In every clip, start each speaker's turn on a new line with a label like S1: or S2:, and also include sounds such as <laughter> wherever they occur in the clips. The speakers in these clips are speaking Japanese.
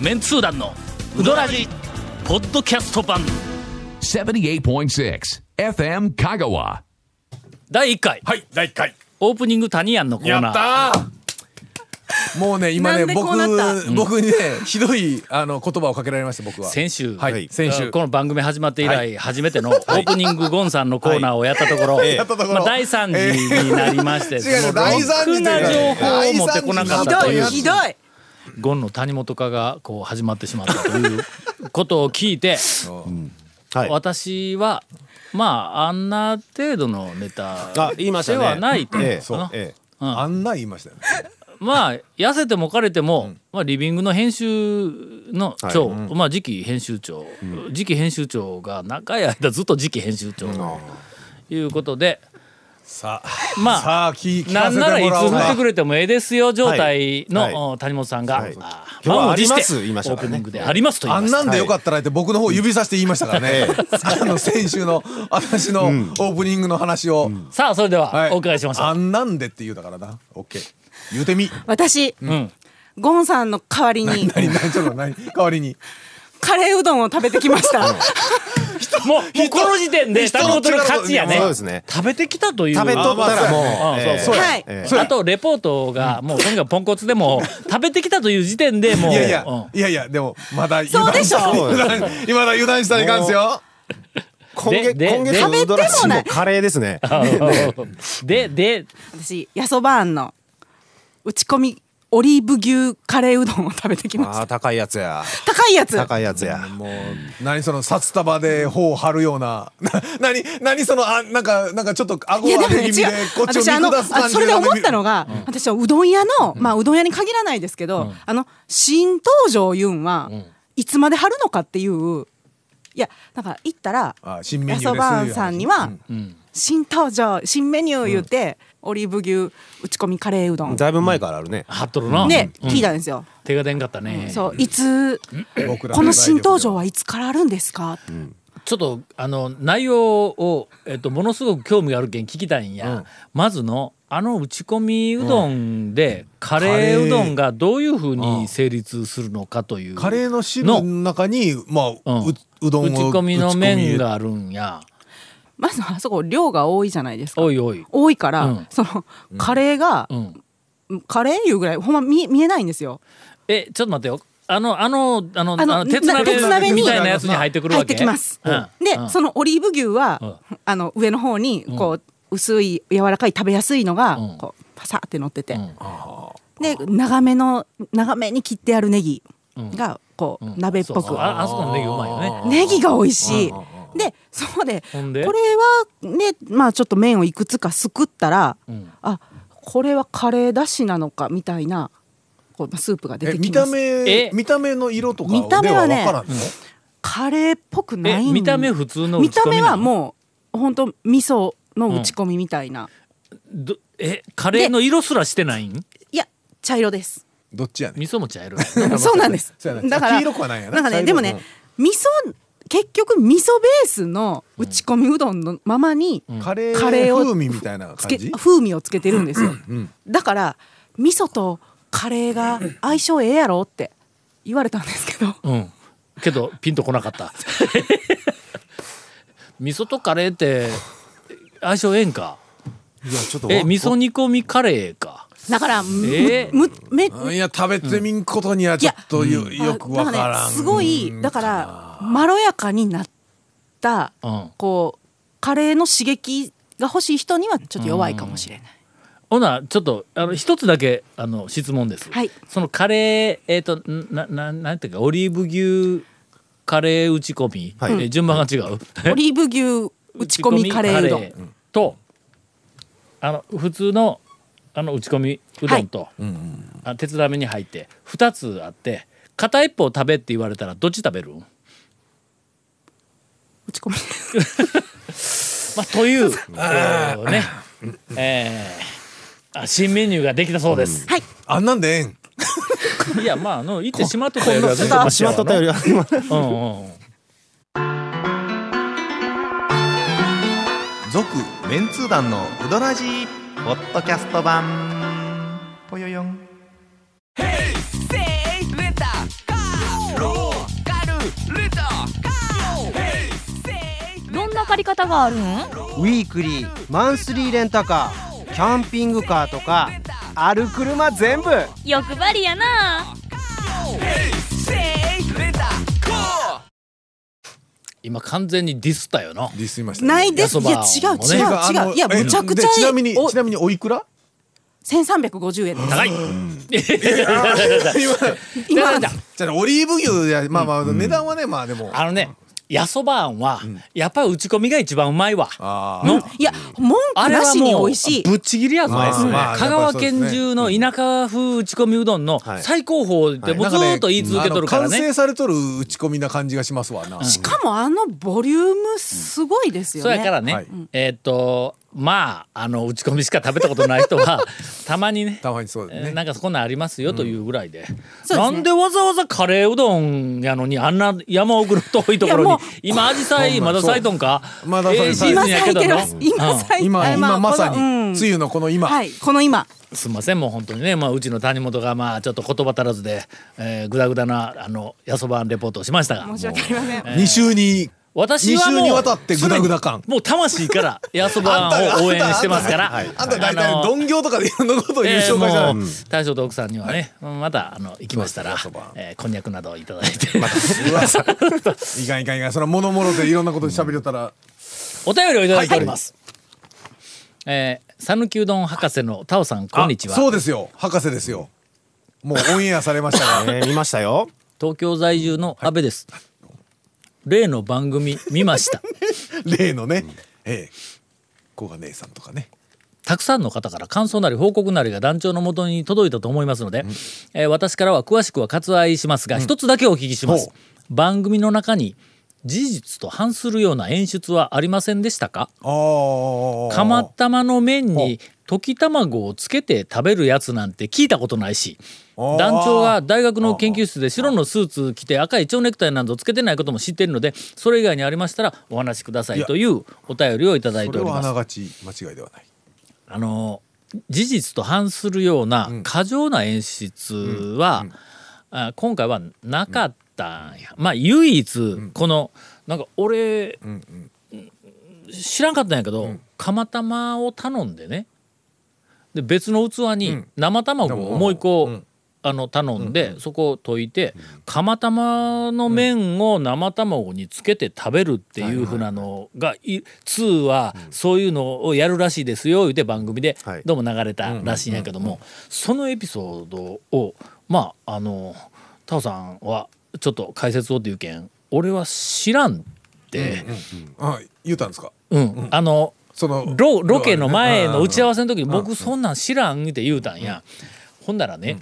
S1: メンツー団のウドラジポッドキャスト版
S2: 78.6 FM Kagawa.
S1: 第1回
S3: はい、第1回。
S1: オープニングタニアンのコー
S3: や
S1: ナ
S3: っ
S1: ー
S3: たーもうね、今
S4: な
S3: ね、
S4: んでこ
S3: 僕
S4: うなった、
S3: 僕にね、ひどい、あの、言葉をかけられました、僕は。
S1: 先週、
S3: はい、先週。
S1: この番組始まって以来初めてのオープニングゴンさんのコーナーをやったところ、
S3: やったところ
S1: まあ、大惨事になりまして、
S3: 違う
S1: もう
S3: 大惨事
S1: ろくな
S3: とい
S1: 情
S3: うか
S1: 報を持ってこなかっ
S4: ひ
S1: たと
S4: ど
S1: い
S4: いうひどい
S1: ゴンの谷本化がこう始まってしまったと
S3: <laughs>
S1: いうことを聞いて、
S5: はい
S1: 私はまああんな程度のネタ
S5: あ言いましたね
S1: ではないと、
S5: ええ
S3: そう
S1: あ、
S5: え
S3: あんな言いましたよね。
S1: まあ痩せてもかれても、まあ、リビングの編集の長、まあ、次期編集長、次期編集長が長い間ずっと次期編集長ということで、
S3: さあ、
S1: まあ
S3: さあ、聞聞
S1: な
S3: か
S1: ん
S3: せ
S1: ならい
S3: ても
S1: つ
S3: らおう
S1: 振って
S3: か
S1: く。れてもええですよ状態の、
S5: はいはい
S1: お谷本さんが、
S5: はい
S1: あー
S5: 今日はあります
S1: 満を持
S5: 言いましたからね
S1: オープニングでありますと言い
S3: あ
S1: ま
S3: ん
S1: した
S3: なんでよかったらって僕の方指さして言いましたからね。あの先週の私のオープニングの話を、
S1: さあそれでは、
S3: はい
S1: お伺いしましょ
S3: あ
S1: うん
S3: なんでって言うだからな。オッケー。言うてみ。
S4: 私、
S1: ん
S4: ゴンさんの代わりに
S3: 何何ちょっと何代わりに。
S4: カレーうどんを食べてきました
S1: もうもうこの時点で
S3: 人
S1: 谷
S3: の
S1: 本の勝ちやね
S5: そうですね
S1: 食べてきたという
S5: 食べとったらもう
S1: あまあ、
S5: ええ
S1: そう
S3: そうや
S4: はい
S5: ええ
S3: そうや
S1: あとレポートがもうとにかくポンコツでも食べてきたという時点でもう
S3: いやいや、
S1: うん
S3: いやいや、でも、まだ油断
S4: そうでしょ
S3: た油断まだ油断したらいかんすよ。
S5: 今
S1: で
S5: 月
S1: で
S5: 今
S1: で
S5: 月のウドラジもカレーですね。
S1: でで
S4: 私やそばあんの打ち込みオリーブ牛カレーうどんを食べてきまし
S5: ああ高いやつや。
S4: た高いやつ
S5: 高いやつや。
S3: もう、何その札束で頬を張るような、 <laughs> な、何、何その、あ、なんか、なんかちょっと顎
S4: いやで
S3: を上
S4: もね
S3: げ気味
S4: 違
S3: で
S4: う、
S3: こっちを見
S4: 私あの
S3: 下す感
S4: あ
S3: じ
S4: それで思ったのが、私はうどん屋の、まあうどん屋に限らないですけど、あの新登場いうんは、いつまで貼るのかっていういやだから行ったら
S3: あ新メ
S4: や
S3: ニュー
S4: そ
S3: です
S4: ばんさんには、新登場新メニュー言って、オリーブ牛打ち込みカレーうどん
S5: だいぶ前からあるね。
S1: はっとるな、
S4: で、聞いたんですよ、
S1: 手が出んかったね、
S4: そういつ
S3: 僕ら
S4: この新登場はいつからあるんですか、
S1: ちょっとあの内容を、えっと、ものすごく興味があるけん聞きたいんや、まずのあの打ち込みうどんで、カレーうどんがどういうふうに成立するのかという
S3: カレーの汁の中に、まあ、
S1: うん
S3: ううどんを
S1: 打ち込みの麺
S3: 打ち込み
S1: があるんや
S4: まずあそこ量が多いじゃないですか
S1: おいおい、
S4: 多いから、
S1: うん
S4: そのカレーが、
S1: うん、
S4: カレーいうぐらいほんま見見えないんですよ
S1: えちょっと待ってよあのあのあの
S4: あの
S1: あの鉄鍋
S4: 鉄鍋に
S1: みたいなやつに入ってくるわ
S4: 入っ
S1: け
S4: てきます、
S1: うん
S4: で、
S1: うん
S4: そのオリーブ牛は、
S1: う
S4: あの上の方にこう、薄い柔らかい食べやすいのが、
S1: うん
S4: こうパサって乗ってて、
S1: ん
S4: で長めの長めに切ってあるネギがこう、
S1: うん
S4: 鍋っ
S1: そ
S4: ぽ
S1: うそう
S4: く
S1: ああそこのネギうまいよね
S4: ネギが美味しいでそこで
S1: ほんで
S4: これはねまあちょっと麺をいくつかすくったら、
S1: ん
S4: あこれはカレーだしなのかみたいなこうまあスープが出
S3: え
S4: て
S3: 見
S4: き
S3: た
S4: ます
S3: 目
S1: え
S3: 見た目の色とかでは
S4: 見た目はね
S3: 分からんの
S4: カレーっぽくない
S1: え
S4: ん
S1: 見た目普通の打
S4: 見
S1: ち
S4: た
S1: 込み
S4: 目
S1: な
S4: は
S1: の
S4: もう本当味噌の打ち込みみたいな、
S1: どえカレーの色すらしてないん
S4: いや茶色です
S3: どっちやねん
S1: 味噌も茶色
S4: そうなんです
S3: <laughs> そうやな
S4: だから
S3: 黄色くはないんやな
S4: か
S3: 茶
S4: ね
S3: 色
S4: でもね味噌結局味噌ベースの打ち込みうどんのままに、
S3: カレー
S4: カレーを
S3: 風味みたいな
S4: つ
S3: 感
S4: け
S3: じ
S4: 風味をつけてるんですよ、だから味噌とカレーが相性ええやろって言われたんですけど
S1: うんけどピンとこなかった
S4: <laughs>
S1: 味噌とカレーって相性ええんか
S5: いやちょっと
S1: え味噌煮込みカレーか
S4: だから、む
S1: えー
S4: むめ
S3: うんいや食べてみんことにはちょっとよ,、よくわか
S4: だ
S3: ら
S4: ら
S3: ん
S4: ね、すごいだからまろやかになった、
S1: うん
S4: こうカレーの刺激が欲しい人にはちょっと弱いかもしれない、
S1: ほなちょっとあの一つだけあの質問です、
S4: はい
S1: そのカレーえっ、とんなななんていうかオリーブ牛カレー打ち込み、
S5: はい
S1: えー順番が違う、
S4: オリーブ牛打ち込みカレーうどん
S1: 打ち込みカレーとあの普通のあの打ち込みうどんと、あ鉄鍋に入って2つあって片一方食べって言われたらどっち食べるん、ま
S4: 打ち込み <laughs>
S1: あ、という、えーねえーあ新メニューができたそうです、
S4: はい
S3: あんなんでええん
S1: いやまああの行ってしまっとったよりは全然
S4: こんな
S1: マ
S5: し
S1: シや
S5: ま
S1: わ
S5: っ
S1: な
S5: とったよりは
S1: うんうんうん
S6: 続メンツー団のウドラジーポッドキャスト版ぽよよん
S7: レンタカー借り方があるん
S8: ウィークリーマンスリーレンタカーキャンピングカーとかある車全部
S7: 欲張りやな
S1: 今完全にディスったよな
S3: ディスりましたね。
S4: ないです。いや、違う、
S1: ね
S4: 違
S3: てかあ
S4: う、違
S3: の
S4: う。いや、
S3: え
S4: むちゃくち
S3: で
S4: ゃ
S3: ちなみに
S4: お
S3: ちなみにおいくら？
S4: 1350円です。
S1: 高い
S4: 今、
S3: <laughs> じゃあオリーブ牛やまあまあ値段はねまあで
S1: <laughs>
S3: も
S1: あのねやそばあんはやっぱり打ち込みが一番うまいわ
S3: あー
S1: の
S4: いや、文
S1: あ
S4: 句
S1: れ
S4: な
S1: は
S4: しに
S1: もうぶっ
S4: 美味しい。
S1: ちぎりやぞ
S3: まあ
S1: うん
S3: まあ
S1: 香川県中の田舎風打ち込みうどんの
S5: い
S1: 最高峰でもうずーっと言い続けとるから
S3: あの完
S1: ね
S3: 成されとる打ち込みな感じがしますわな。
S4: しかもあのボリュームすごいですよ
S1: そ
S4: ね。
S1: やから
S3: は
S1: ね
S3: い
S1: えーっとまああの打ち込みしか食べたことない人
S3: <laughs>
S1: はたまにね
S3: たまにそうだ
S1: えー
S3: ね。
S1: なんかそんなんありますよというぐらいで、
S4: そうですね
S1: なんでわざわざカレーうどんやのにあんな山奥の遠いとこ
S4: いや
S1: ろ
S4: も
S1: に
S4: う
S1: 今アジサイまだ咲いとんか
S3: まだ咲いてる
S1: ええシー
S4: 今
S1: ズンや
S4: 咲
S1: け
S4: い
S1: ど
S4: て
S1: な
S4: ます。今咲いて
S3: 今今まさに
S4: このうん
S3: 梅雨のこの今。
S4: はい、この今。
S1: すんませんもう本当にね、まあ、うちの谷本がまあちょっと言葉足らずで、えー、ぐだぐだなあのやそばんレポートをしましたが
S4: 申し訳ありません。
S3: 二週に
S1: 私
S3: 二
S1: は
S3: 週
S1: も
S3: に
S1: う
S3: わたってグダグダ感。
S1: もう魂からやそばんを応援してますから。
S5: あ
S3: あんた大体どんぎょうとかでいろんなことを言う
S1: えー
S3: 紹
S1: も
S3: 介じゃないう
S1: 大将と奥さんにはね、またあの行きましたら
S3: そうですねやそば、
S1: えーこんにゃくなどをいただいて
S3: いかんいかんいかんそのもろもろでいろんなこと喋りよったら
S1: お便りをいただいております。えー、讃岐うどん博士のタオさん、こんにちは。
S3: そうですよ博士ですよもうオンエアされましたが
S5: えー見ましたよ。
S1: 東京在住の阿部です。例の番組見ました。
S3: 例のねええこが姉さんとかね
S1: たくさんの方から感想なり報告なりが団長のもとに届いたと思いますので、えー私からは詳しくは割愛しますが、一つだけお聞きします
S3: ほ。
S1: 番組の中に事実と反するような演出はありませんでしたか
S3: ああ
S1: 釜玉の麺に溶き卵をつけて食べるやつなんて聞いたことないし
S3: ー
S1: 団長が大学の研究室で白のスーツ着て赤い蝶ネクタイなどつけてないことも知っているのでそれ以外にありましたらお話しくださいというお便りをいただい
S3: そ
S1: て
S3: れ
S1: おり
S3: はあ
S1: ます
S3: な。がち間違いではない
S1: あの事実と反するような過剰な演出は、あ今回はなかったんや、まあ唯一この、なんか俺、知らんかったんやけど、釜玉を頼んでねで別の器に生卵をもう一個、あの頼んで、そこを溶いて、釜玉の麺を生卵につけて食べるっていうふうなのがい2はそういうのをやるらしいですよ言うて番組で
S5: はい
S1: どうも流れたらしいんやけどもそのエピソードをまああのタオさんはちょっと解説をっていうけん俺は知らんって、
S3: あ言うたんですか
S1: うんあの
S3: その
S1: ロロケの前の打ち合
S3: わ
S1: わせの時に僕そんなん知らんって言うたんや、ほんならね、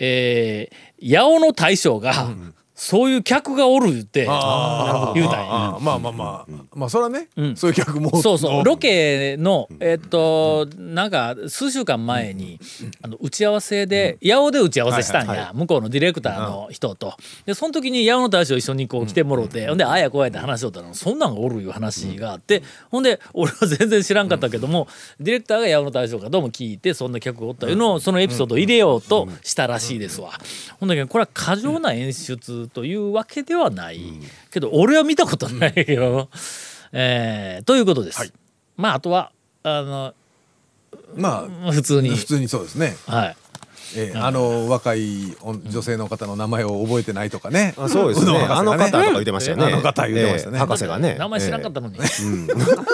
S1: えー八尾の大将が、そういう客がおるって言うたんや。
S3: まあまあまあまあそれはね
S1: ん
S3: そういう客も
S1: そうそう
S3: <laughs> の
S1: ロケのえっとなんか数週間前にあの打ち合わせで八尾で打ち合わせしたん
S5: はいはい
S1: や向こうのディレクターの人とでその時に八尾の大将一緒にこう来てもろてほんでああやこうやって話しとったのそんなんがおるいう話があってほんで俺は全然知らんかったけどもディレクターが八尾の大将がどうも聞いてそんな客がおったいうのをそのエピソードを入れようとしたらしいですわほんだけどこれは過剰な演出というわけではないけど俺は見たことないよ。えーということです。まああとはあ
S3: ま
S1: の普通
S3: あ
S1: に
S3: 普通にそうですね
S1: はい
S3: ええあの若い女女性の方の名前を覚えてないとかね
S5: あそう
S3: <laughs>
S5: ですね。
S3: うどん
S5: あの
S3: 博士
S5: 方
S3: がね
S5: とか言ってましたよね。
S3: うんあの方言ってました
S5: え
S3: ね
S5: ー博士がね。
S1: 名前知らんかったのに、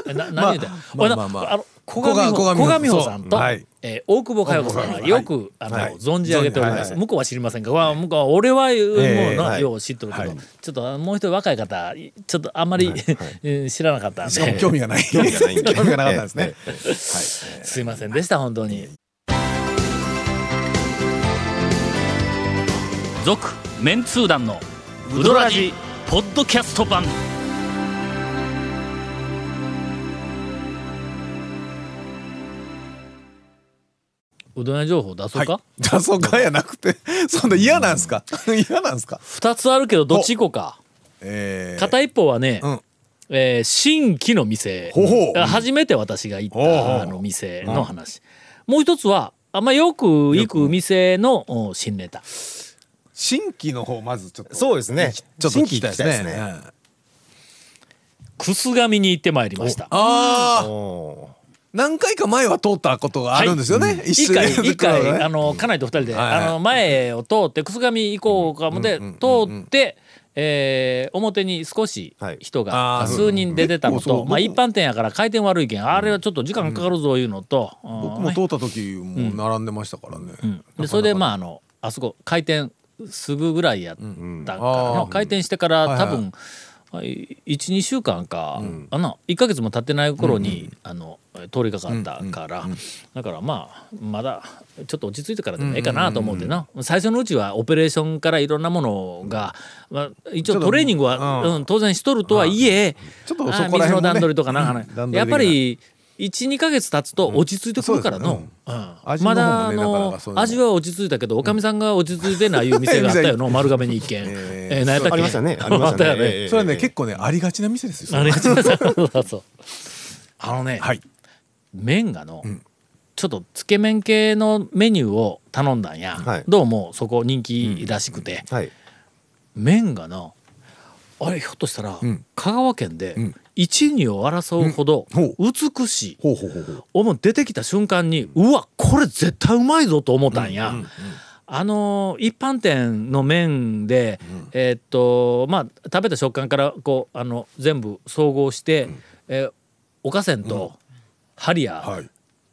S1: え <laughs> な何言うて、
S3: まあ
S1: 俺な
S3: まあまあ
S1: あの小上穂
S3: 小
S1: 小
S3: 上穂
S1: 上穂さんと、
S3: そうはい
S1: えー大久保佳代子さんがよく、あの、
S3: はい
S1: 存じ上げておりま
S3: 存
S1: す、
S3: じは
S1: 向こうは知りませんが、わ向こうは俺は、
S3: ええ
S1: もうな
S5: はい
S1: よう知っとるけど、
S3: はい
S1: ちょっともう一人若い方ちょっとあんまり、 <laughs> うん知らなかったん
S3: しかも
S1: で
S3: 興味がない <laughs> 興味
S5: がないんで
S3: がなかったんですね
S1: すいませんでした本当に続メンツー団のウドラジポッドキャスト版うどん屋情報出そうか、
S3: はいじゃあそうかやなくてそんな嫌なんすか <laughs> 嫌なんすか
S1: 二2つあるけどどっち行こうか
S3: ええ
S1: 片一方はね、
S3: うん
S1: えー新規の店
S3: ほほう
S1: 初めて私が行っ
S3: ほうほ
S1: た
S3: う
S1: あの店の話、もう一つはあんまよく行く店のお新ネタ
S3: 新規の方まずちょっと
S5: そうですね。
S3: ちょっと聞きたいですね
S5: 新規聞きたいですね
S3: うん
S1: く楠上に行ってまいりました。
S3: ああ
S5: お
S3: 何回か前は通ったことがあるんですよね、一
S1: 一
S3: 緒に
S1: 回一
S3: ところ
S1: 回
S3: が
S1: あ
S3: ね
S1: の家内と二人で、
S3: はいはい
S1: あの前を通って楠上行こうかもで通って。えー表に少し
S5: はい
S1: 人が
S3: あー
S1: 数人で出たの
S3: 結構
S1: と、
S3: そう
S1: まあ、
S3: 僕
S1: 一般店やから回転悪いけんあれはちょっと時間かかるぞいうのと、うん
S3: 僕も通った時も並んでましたからね、
S1: でそれでまああのあそこ開店すぐぐらいやったから
S3: あ
S1: の、
S3: ー
S1: 開店してから
S3: はいはい
S1: 多分、12週間か、あの1か月も経ってない頃に、あの通りかかったから、だからまあまだちょっと落ち着いてからでもええかなと思ってな、最初のうちはオペレーションからいろんなものが、まあ、一応トレーニングは、うん当然しとるとはいえ、
S3: ちょっと
S1: あ
S3: そ
S1: ー
S3: こら辺もね
S1: 水の段取りとかな、あの
S3: 段取りできない
S1: やっぱり12か月経つと落ち着いてくるからの、
S3: うんそうです
S1: うん
S3: 味
S1: ま
S3: の方もね
S1: だあ
S3: なかな
S1: の
S3: かそういうの
S1: 味は落ち着いたけどおかみさんが落ち着いてないいう店があったよの丸亀に一
S3: <laughs>
S1: 軒、えー何やったっけ
S5: ありましたねありましたね
S1: あったよ
S5: ええ
S3: それはね結構ねありがちな店ですよ
S1: ありがとうございますそう <laughs> そうあのね、
S3: はい
S1: 麺がの、ちょっとつけ麺系のメニューを頼んだんや、
S5: はい
S1: どうもそこ人気らしくて、
S5: ーはい
S1: 麺がなあれひょっとしたら、
S3: ん
S1: 香川県で
S3: ん
S1: 一二を争うほど
S3: うん
S1: 美しい、
S3: ほうほうほうほう
S1: おもう出てきた瞬間にうわこれ絶対うまいぞと思ったんや。あのー一般店の麺で、えーっとまあ食べた食感からこうあの全部総合して、えーおかせんと、ハリア、
S3: はい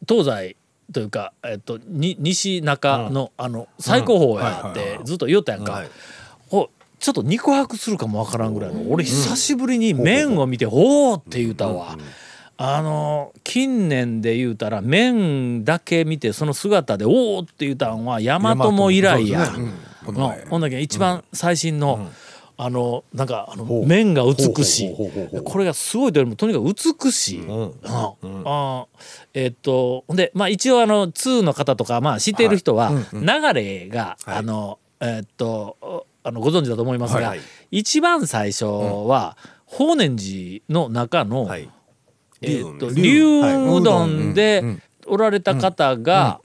S1: 東西というか、えっと、に西中の,、あの最高峰やっ
S3: はいはい
S1: て
S3: はい
S1: ずっと言おったやんか、
S5: はい
S1: おちょっと肉薄するかもわからんぐらいの俺久しぶりに麺を見て「おお!」って言うたわ。あの近年で言うたら麺だけ見てその姿で「おお!」って言うたんは大和も以来や。
S3: そうですねうんこの
S1: の
S3: 前
S1: ほんだけ一番最新の、あのなんかあの
S3: う
S1: 面が美しい
S3: ほうほうほうほう
S1: これがすごいというよりもとにかく美しい、うんああえっとほんでまあ一応あの2の方とかまあ知っている人は流れが、あのえっとあのご存知だと思いますが、
S5: はい
S1: 一番最初は、法然寺の中の、
S5: はい
S1: えっと
S5: 龍
S1: 龍
S5: 雲はいう
S1: どんでおられた方が、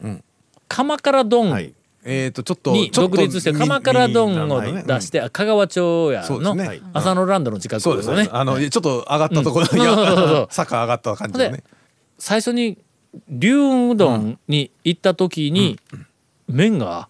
S1: 鎌倉丼、
S5: はい
S3: えっとちょっと
S1: に
S3: ちょっ
S1: 独
S3: と
S1: 立して鎌倉丼を
S5: ミニミニ
S1: 出して香川町や
S3: そうで
S1: の
S3: すね
S1: 浅野ランドの近く
S3: そう
S1: で
S3: ですす
S1: よ
S3: ね
S1: ね。
S3: あのちょっと上がったところ
S1: うん
S3: いや
S1: そうそうそう
S3: <laughs> 坂上がった感じのね
S1: で最初に龍雲うどんに行った時に麺が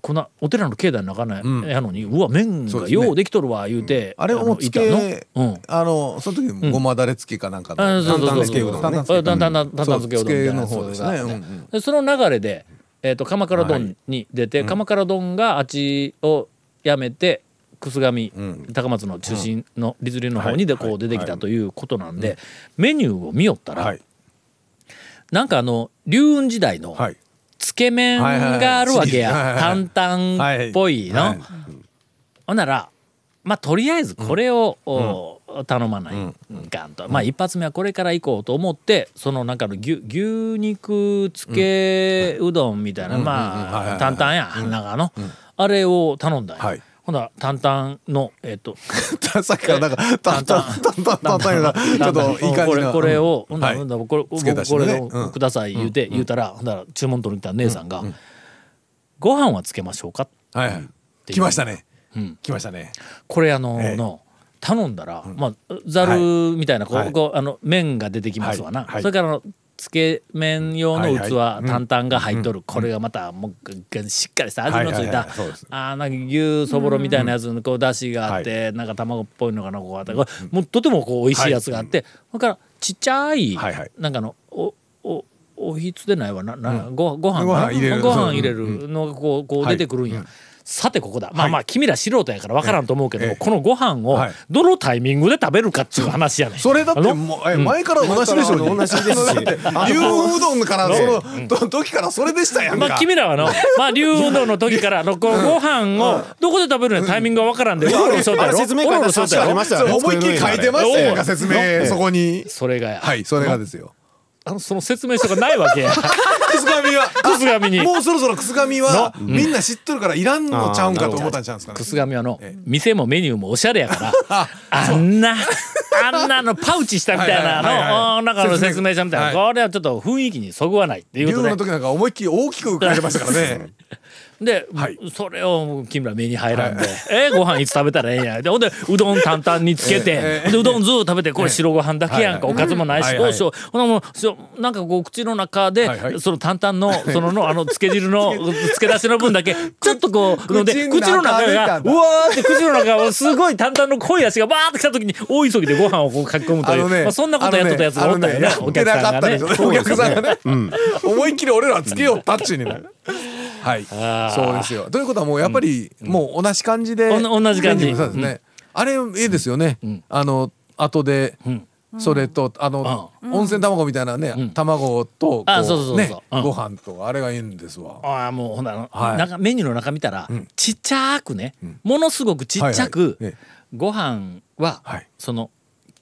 S1: こんなお寺の境内の中のやのにうわ麺
S3: そう
S1: が
S3: ですね
S1: ようできとるわ言うて
S3: あれ
S1: の
S3: もつ
S1: い
S3: け
S1: たのうん
S3: あのその時にごまだれつけかなんか
S1: あ
S3: の
S1: そうそう
S3: 担
S1: そ
S3: 々
S1: う
S3: つけうどんね
S1: うん担々担々漬けうどんみたいなやつ
S3: そうつけの方ですね
S1: があって
S3: うんうん
S1: でその流れで、えー、と鎌倉丼に出て、鎌倉丼があっちをやめて楠上、高松の中心の立流の方にでこう出てきたということなんで、メニューを見よったら、
S3: はい
S1: なんかあの龍雲時代の
S3: はい
S1: つけ麺があるわけや、
S3: はいはいはい
S1: 担々っぽいの。
S3: はい
S1: ほんならまあとりあえずこれを、お頼まないかんと、まあ一発目はこれから行こうと思ってその中の牛牛肉つけうどんみたいな、
S3: うんはいはい
S1: ま
S3: は
S1: あ
S3: い
S1: 担々や、中の、あれを頼んだんや、
S3: はい
S1: ほんなら担々のえっと
S3: <laughs> さっきからなんか担々担々担々がちょっといい感
S1: こ
S3: じ
S1: れ
S3: な
S1: これを、
S3: う
S1: ほん
S3: ん
S1: な
S3: は
S1: ら
S3: い
S1: ほんならこれ
S3: つけ出
S1: 僕
S3: し
S1: こ
S3: のね
S1: れを
S3: うん
S1: ください言うて、言うたらほんなら注文取りに来た姉さんが、ご飯はつけましょうか?」
S3: はいはい来ましたね来ましたね
S1: これあの,、
S3: ええ
S1: の頼んだら、まあ、ざるみたいな、こうこうあの麺が出てきますわな、
S3: はいはい
S1: それからあのつけ麺用の器、
S3: はいは
S1: 担々が入っとる、これがまたもうががしっかりした味のつ
S3: はいいはい
S1: た
S3: はいそうです
S1: あーなんか牛そぼろみたいなやつのこうだしがあって、なんか卵っぽいのがなこうあってこれもうとてもこう美味しいやつがあって、それからちっちゃい、
S3: はいはい
S1: なんかあのおおおひつでないわなな、ごご飯
S3: ご
S1: かな
S3: 飯入れる
S1: ご飯入れるのがこうこう出てくるんや、さてここだ、まあまあ君ら素人やから分からんと思うけども、
S3: ええ
S1: このご飯を
S3: はい
S1: どのタイミングで食べるかっていう話やねん。
S3: それだっ
S1: あ
S3: て
S1: の
S3: もうえ前から同じでしょう
S5: 同じですし
S3: <laughs> 牛うどんからそのと時からそれでしたやん
S1: まあ
S3: か
S1: 君らはの、まあ竜うどんの時からのこのご飯をどこで食べるのタイミングが分からんで、うろうろしとった
S5: あ
S1: や
S5: れ
S1: ろ
S5: 説明会
S1: うろう
S5: で
S1: ろしとっ
S5: さったき
S1: や
S5: あ
S1: ろ
S5: りましたよね
S3: 思いっきり書いてましたやんか説明そこに
S1: それがや、
S3: はいそれがですよ
S1: あのその説明書がないわけや。
S3: くすがみは
S1: くすがみに
S3: もうそろそろくすがみはみんな知っとるからいらんのちゃうんかと思ったんちゃうんですかね
S1: くすがみはの店もメニューもおしゃれやからあんなあんなのパウチしたみたいなあ
S3: はいはいはいはい
S1: の中の説明書みたい
S3: は
S1: なこれはちょっと雰囲気にそぐわないっていうこ
S3: 竜
S1: とで <laughs>
S3: の時なんか思いっきり大きく書いてましたからね
S1: で、それを君ら目に入らんで、えご飯いつ食べたらええんやでほんでうどん淡々につけて、でうどんずっと食べてこれ白ご飯だけやんか、おかずもないし、
S3: はい
S1: ど
S3: は
S1: う
S3: い
S1: しようほなもうしょなんかこう口の中で、
S3: はいはい
S1: その淡々のそののあのつけ汁
S3: <laughs>
S1: のつけ出しの分だけちょっとこう飲んで
S3: 口
S1: 口の
S3: の中
S1: 中
S3: で
S1: がうわーって口の中をすごい淡々の濃い足がバーってきた時に大急ぎでご飯をこう書き込むという、まあ、そんなことやっとったやつがおったよね
S3: あの
S1: お
S3: ね
S1: 客
S3: やってな
S1: さ
S3: か
S1: ん
S3: った
S1: がね
S3: でしょね。お客さんがね。思いっきり俺らはつけようタッチになる。はい。そうですよ。ということはもうやっぱり、もう同じ感じで。
S1: おん同じ感じ
S3: メニューそうですね。あれ、いいですよね。あの、後で、それと、あの、温泉卵みたいなね、卵と、
S1: あ
S3: こ
S1: そうそうそう
S3: ね
S1: そううん
S3: ご飯と、あれがいいんですわ。
S1: ああもうほんなら、
S3: はい
S1: 中メニューの中見たら、ちっちゃくね、ものすごくちっちゃく、
S3: はいはいえ
S1: ご飯は、
S3: はい
S1: その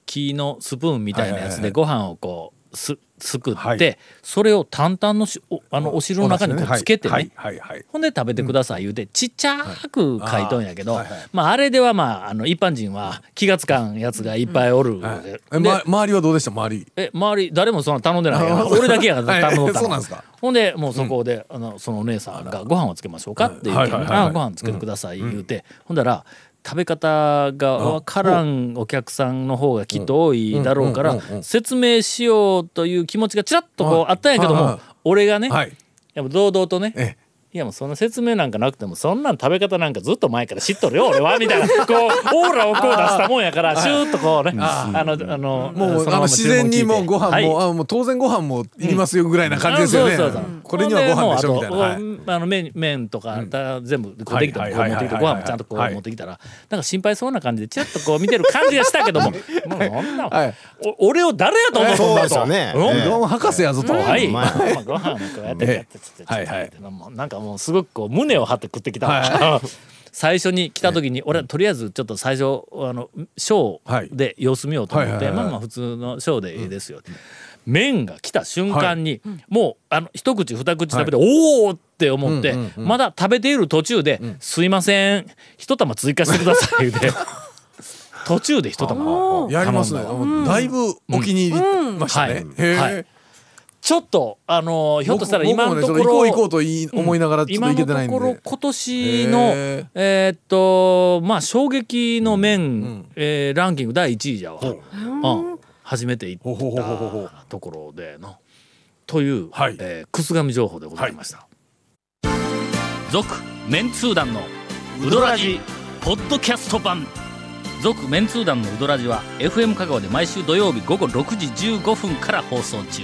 S1: 木のスプーンみたいなやつ
S3: は
S1: で
S3: いはいはいは
S1: ご
S3: い
S1: 飯をこうすすくって、
S3: はい
S1: それを淡々のしおあのお汁の中にこ
S3: お出汁ねは
S1: う
S3: い
S1: つけてね、
S3: はいはいはい。
S1: ほんで食べてください言うてちっちゃく書いとんやけど、
S3: はいはい
S1: まあ、あれではまああの一般人は気がつかんやつがいっぱいおる、で
S3: え、ま、周りはどうでした周り。
S1: え周り誰もそんな頼んでないや
S3: あ
S1: ん俺だけやから頼んどったの
S3: そうなんですか
S1: ほんでもうそこで、あのそのお姉さんが「ご飯をつけましょうか」って言うて「
S3: はいはいはいはい
S1: あご飯つけてください」言うて、ほんだら食べ方がわからんお客さんの方がきっと多いだろうから
S3: うんうんうんうん
S1: 説明しようという気持ちがちらっとこうあったんやけど
S3: はいは
S1: も
S3: い
S1: 俺がね、
S3: はい。
S1: やっぱ堂々とね、
S3: え
S1: いやもうそんな説明なんかなくてもそんなん食べ方なんかずっと前から知っとるよ俺はみたい
S3: <laughs>
S1: なこうオーラをこう出したもんやからシューッとこうねあのあの
S3: もうあの自然にもうご飯も、あもう当然ご飯もいりますよぐらいな感じですよね。
S1: そうそうそう
S3: これにはご飯でしょみたい
S1: ほ
S3: な。
S1: ん
S3: はい
S1: でもうあとあの麺麺とかた全部こうできた
S3: はい
S1: の
S3: はい
S1: こう
S3: は
S1: 持ってき
S3: いはい
S1: てご飯もちゃんとこう持ってきたらなんか心配そうな感じでちらっとこう見てる感じがしたけどももうそんな
S3: <laughs> はい
S1: お俺を誰やと思う
S5: そう
S1: と
S5: ですよね。
S1: うん
S5: ええ
S3: どうも博士やぞと。
S1: は
S3: はい
S1: い、
S5: ん
S3: <laughs>
S1: まあ、ご飯こうやってやってつって、
S3: はいはい
S1: もうなんかもうすごくこう胸を張って食ってきた、 <laughs> 最初に来た時に俺はとりあえずちょっと最初あのショーで様子見ようと思って、
S3: はいはいはいはい
S1: まあまあ普通のショーでいいですよ、麺が来た瞬間に、もうあの一口二口食べて、おおって思って、まだ食べている途中で「すいません一玉追加してください」言う
S3: <laughs>
S1: て途中で一玉。
S3: やりますね。だいぶお気に入りましたね
S1: うん。
S3: へ
S1: はい
S3: え。
S1: ちょっとあのひょっとしたら
S3: 僕
S1: 今の
S3: 僕もね
S1: とこ
S3: それ行こ
S1: ろ
S3: う行こうと言い思いながらちょっと
S1: 今
S3: 行
S1: の
S3: け
S1: と
S3: てないん
S1: ころ
S3: で。
S1: 今年の
S3: へー
S1: えーっとまあ衝撃の面、えーランキング第1位じゃわ、うん、初めて行
S3: ほほほほほ
S1: っ
S3: ほ
S1: たところでのという、
S3: はい
S1: えーくすがみ情報でございました「続、メンツー団のウドラジポッドキャスト版」「続・メンツー団のウドラジは FM 香川で毎週土曜日午後6時15分から放送中